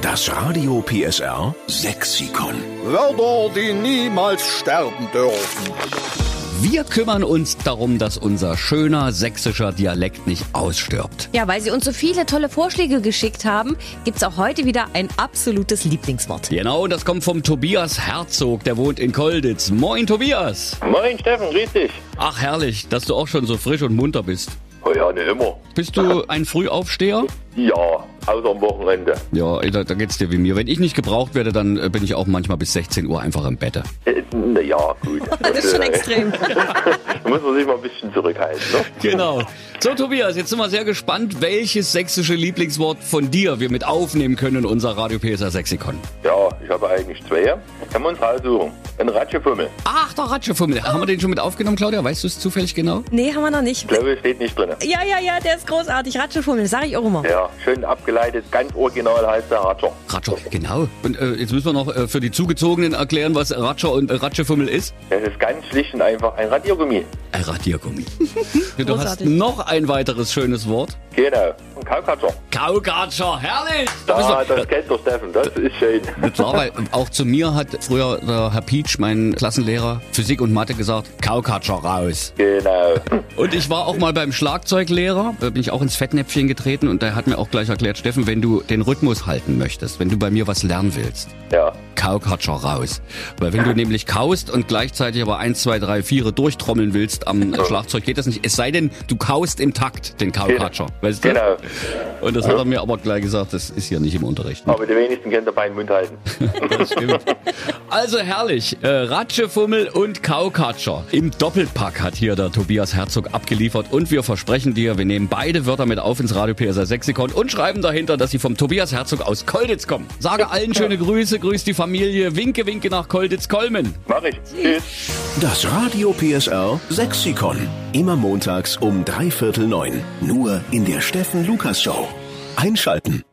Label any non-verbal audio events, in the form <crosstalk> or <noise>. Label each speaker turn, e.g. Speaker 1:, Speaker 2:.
Speaker 1: Das Radio PSR Sexikon.
Speaker 2: Wörter, die niemals sterben dürfen.
Speaker 3: Wir kümmern uns darum, dass unser schöner sächsischer Dialekt nicht ausstirbt.
Speaker 4: Ja, weil sie uns so viele tolle Vorschläge geschickt haben, gibt's auch heute wieder ein absolutes Lieblingswort.
Speaker 3: Genau, das kommt vom Tobias Herzog, der wohnt in Kolditz. Moin Tobias.
Speaker 5: Moin Steffen, richtig.
Speaker 3: Ach herrlich, dass du auch schon so frisch und munter bist.
Speaker 5: Oh ja, nicht immer.
Speaker 3: Bist du ein Frühaufsteher?
Speaker 5: Ja, außer am Wochenende.
Speaker 3: Ja, da, da geht's dir wie mir. Wenn ich nicht gebraucht werde, dann äh, bin ich auch manchmal bis 16 Uhr einfach im Bett.
Speaker 5: Äh, na ja, gut.
Speaker 4: <laughs> Das ist
Speaker 5: Äh.
Speaker 4: schon extrem.
Speaker 5: Da <laughs> muss man sich mal ein bisschen zurückhalten. Ne?
Speaker 3: Genau. So Tobias, jetzt sind wir sehr gespannt, welches sächsische Lieblingswort von dir wir mit aufnehmen können in unser Radio PSR Sexikon.
Speaker 5: Ja, ich habe eigentlich zwei. Kann man uns raussuchen. Ein Ratschefummel.
Speaker 3: Ach, der Ratschefummel. Haben wir den schon mit aufgenommen, Claudia? Weißt du es zufällig genau?
Speaker 4: Nee, haben wir noch nicht.
Speaker 5: Ich glaube, steht nicht drin.
Speaker 4: Ja, ja, ja, der ist großartig. Ratschefummel, sag ich auch immer.
Speaker 5: Ja, schön abgeleitet. Ganz original heißt der Ratscher.
Speaker 3: Ratscher, genau. Und äh, jetzt müssen wir noch äh, für die Zugezogenen erklären, was Ratscher und äh, Ratschefummel ist.
Speaker 5: Das ist ganz schlicht und einfach ein Radiergummi.
Speaker 3: Ein <laughs> Radiergummi. du hast
Speaker 4: Großartig.
Speaker 3: noch ein weiteres schönes Wort.
Speaker 5: Genau. Ein Kaukatscher.
Speaker 3: Kaukatscher, herrlich! Da müssen
Speaker 5: Da,
Speaker 3: wir,
Speaker 5: das kennt doch Steffen. Das ist schön.
Speaker 3: klar, weil auch zu mir hat früher der Herr Pietsch, mein Klassenlehrer Physik und Mathe, gesagt, Kaukatscher raus.
Speaker 5: <laughs> Genau.
Speaker 3: Und ich war auch mal beim Schlagzeuglehrer, da bin ich auch ins Fettnäpfchen getreten und der hat mir auch gleich erklärt, Steffen, wenn du den Rhythmus halten möchtest, wenn du bei mir was lernen willst,
Speaker 5: Ja.
Speaker 3: Kaukatscher raus. Weil wenn du nämlich kaust und gleichzeitig aber 1, 2, 3, 4 durchtrommeln willst am äh, Schlagzeug, geht das nicht. Es sei denn, du kaust im Takt den Kaukatscher. Weißt du?
Speaker 5: Genau.
Speaker 3: Und das hat er mir aber gleich gesagt, das ist hier nicht im Unterricht.
Speaker 5: Aber die wenigsten können dabei den Mund halten.
Speaker 3: Das stimmt. Also herrlich, äh, Ratschefummel und Kaukatscher. Im Doppelpack hat hier der Tobias Herzog abgeliefert und wir versprechen dir, wir nehmen beide Wörter mit auf ins Radio PSA Sexikon und schreiben dahinter, dass sie vom Tobias Herzog aus Kolditz kommen. Sage allen schöne Grüße, grüß die Familie, winke, winke nach Kolditz-Kolmen.
Speaker 5: Mach ich. Tschüss.
Speaker 1: Das Radio PSR Sexikon. Immer montags um drei Viertel neun. Nur in der Steffen Lukas Show. Einschalten.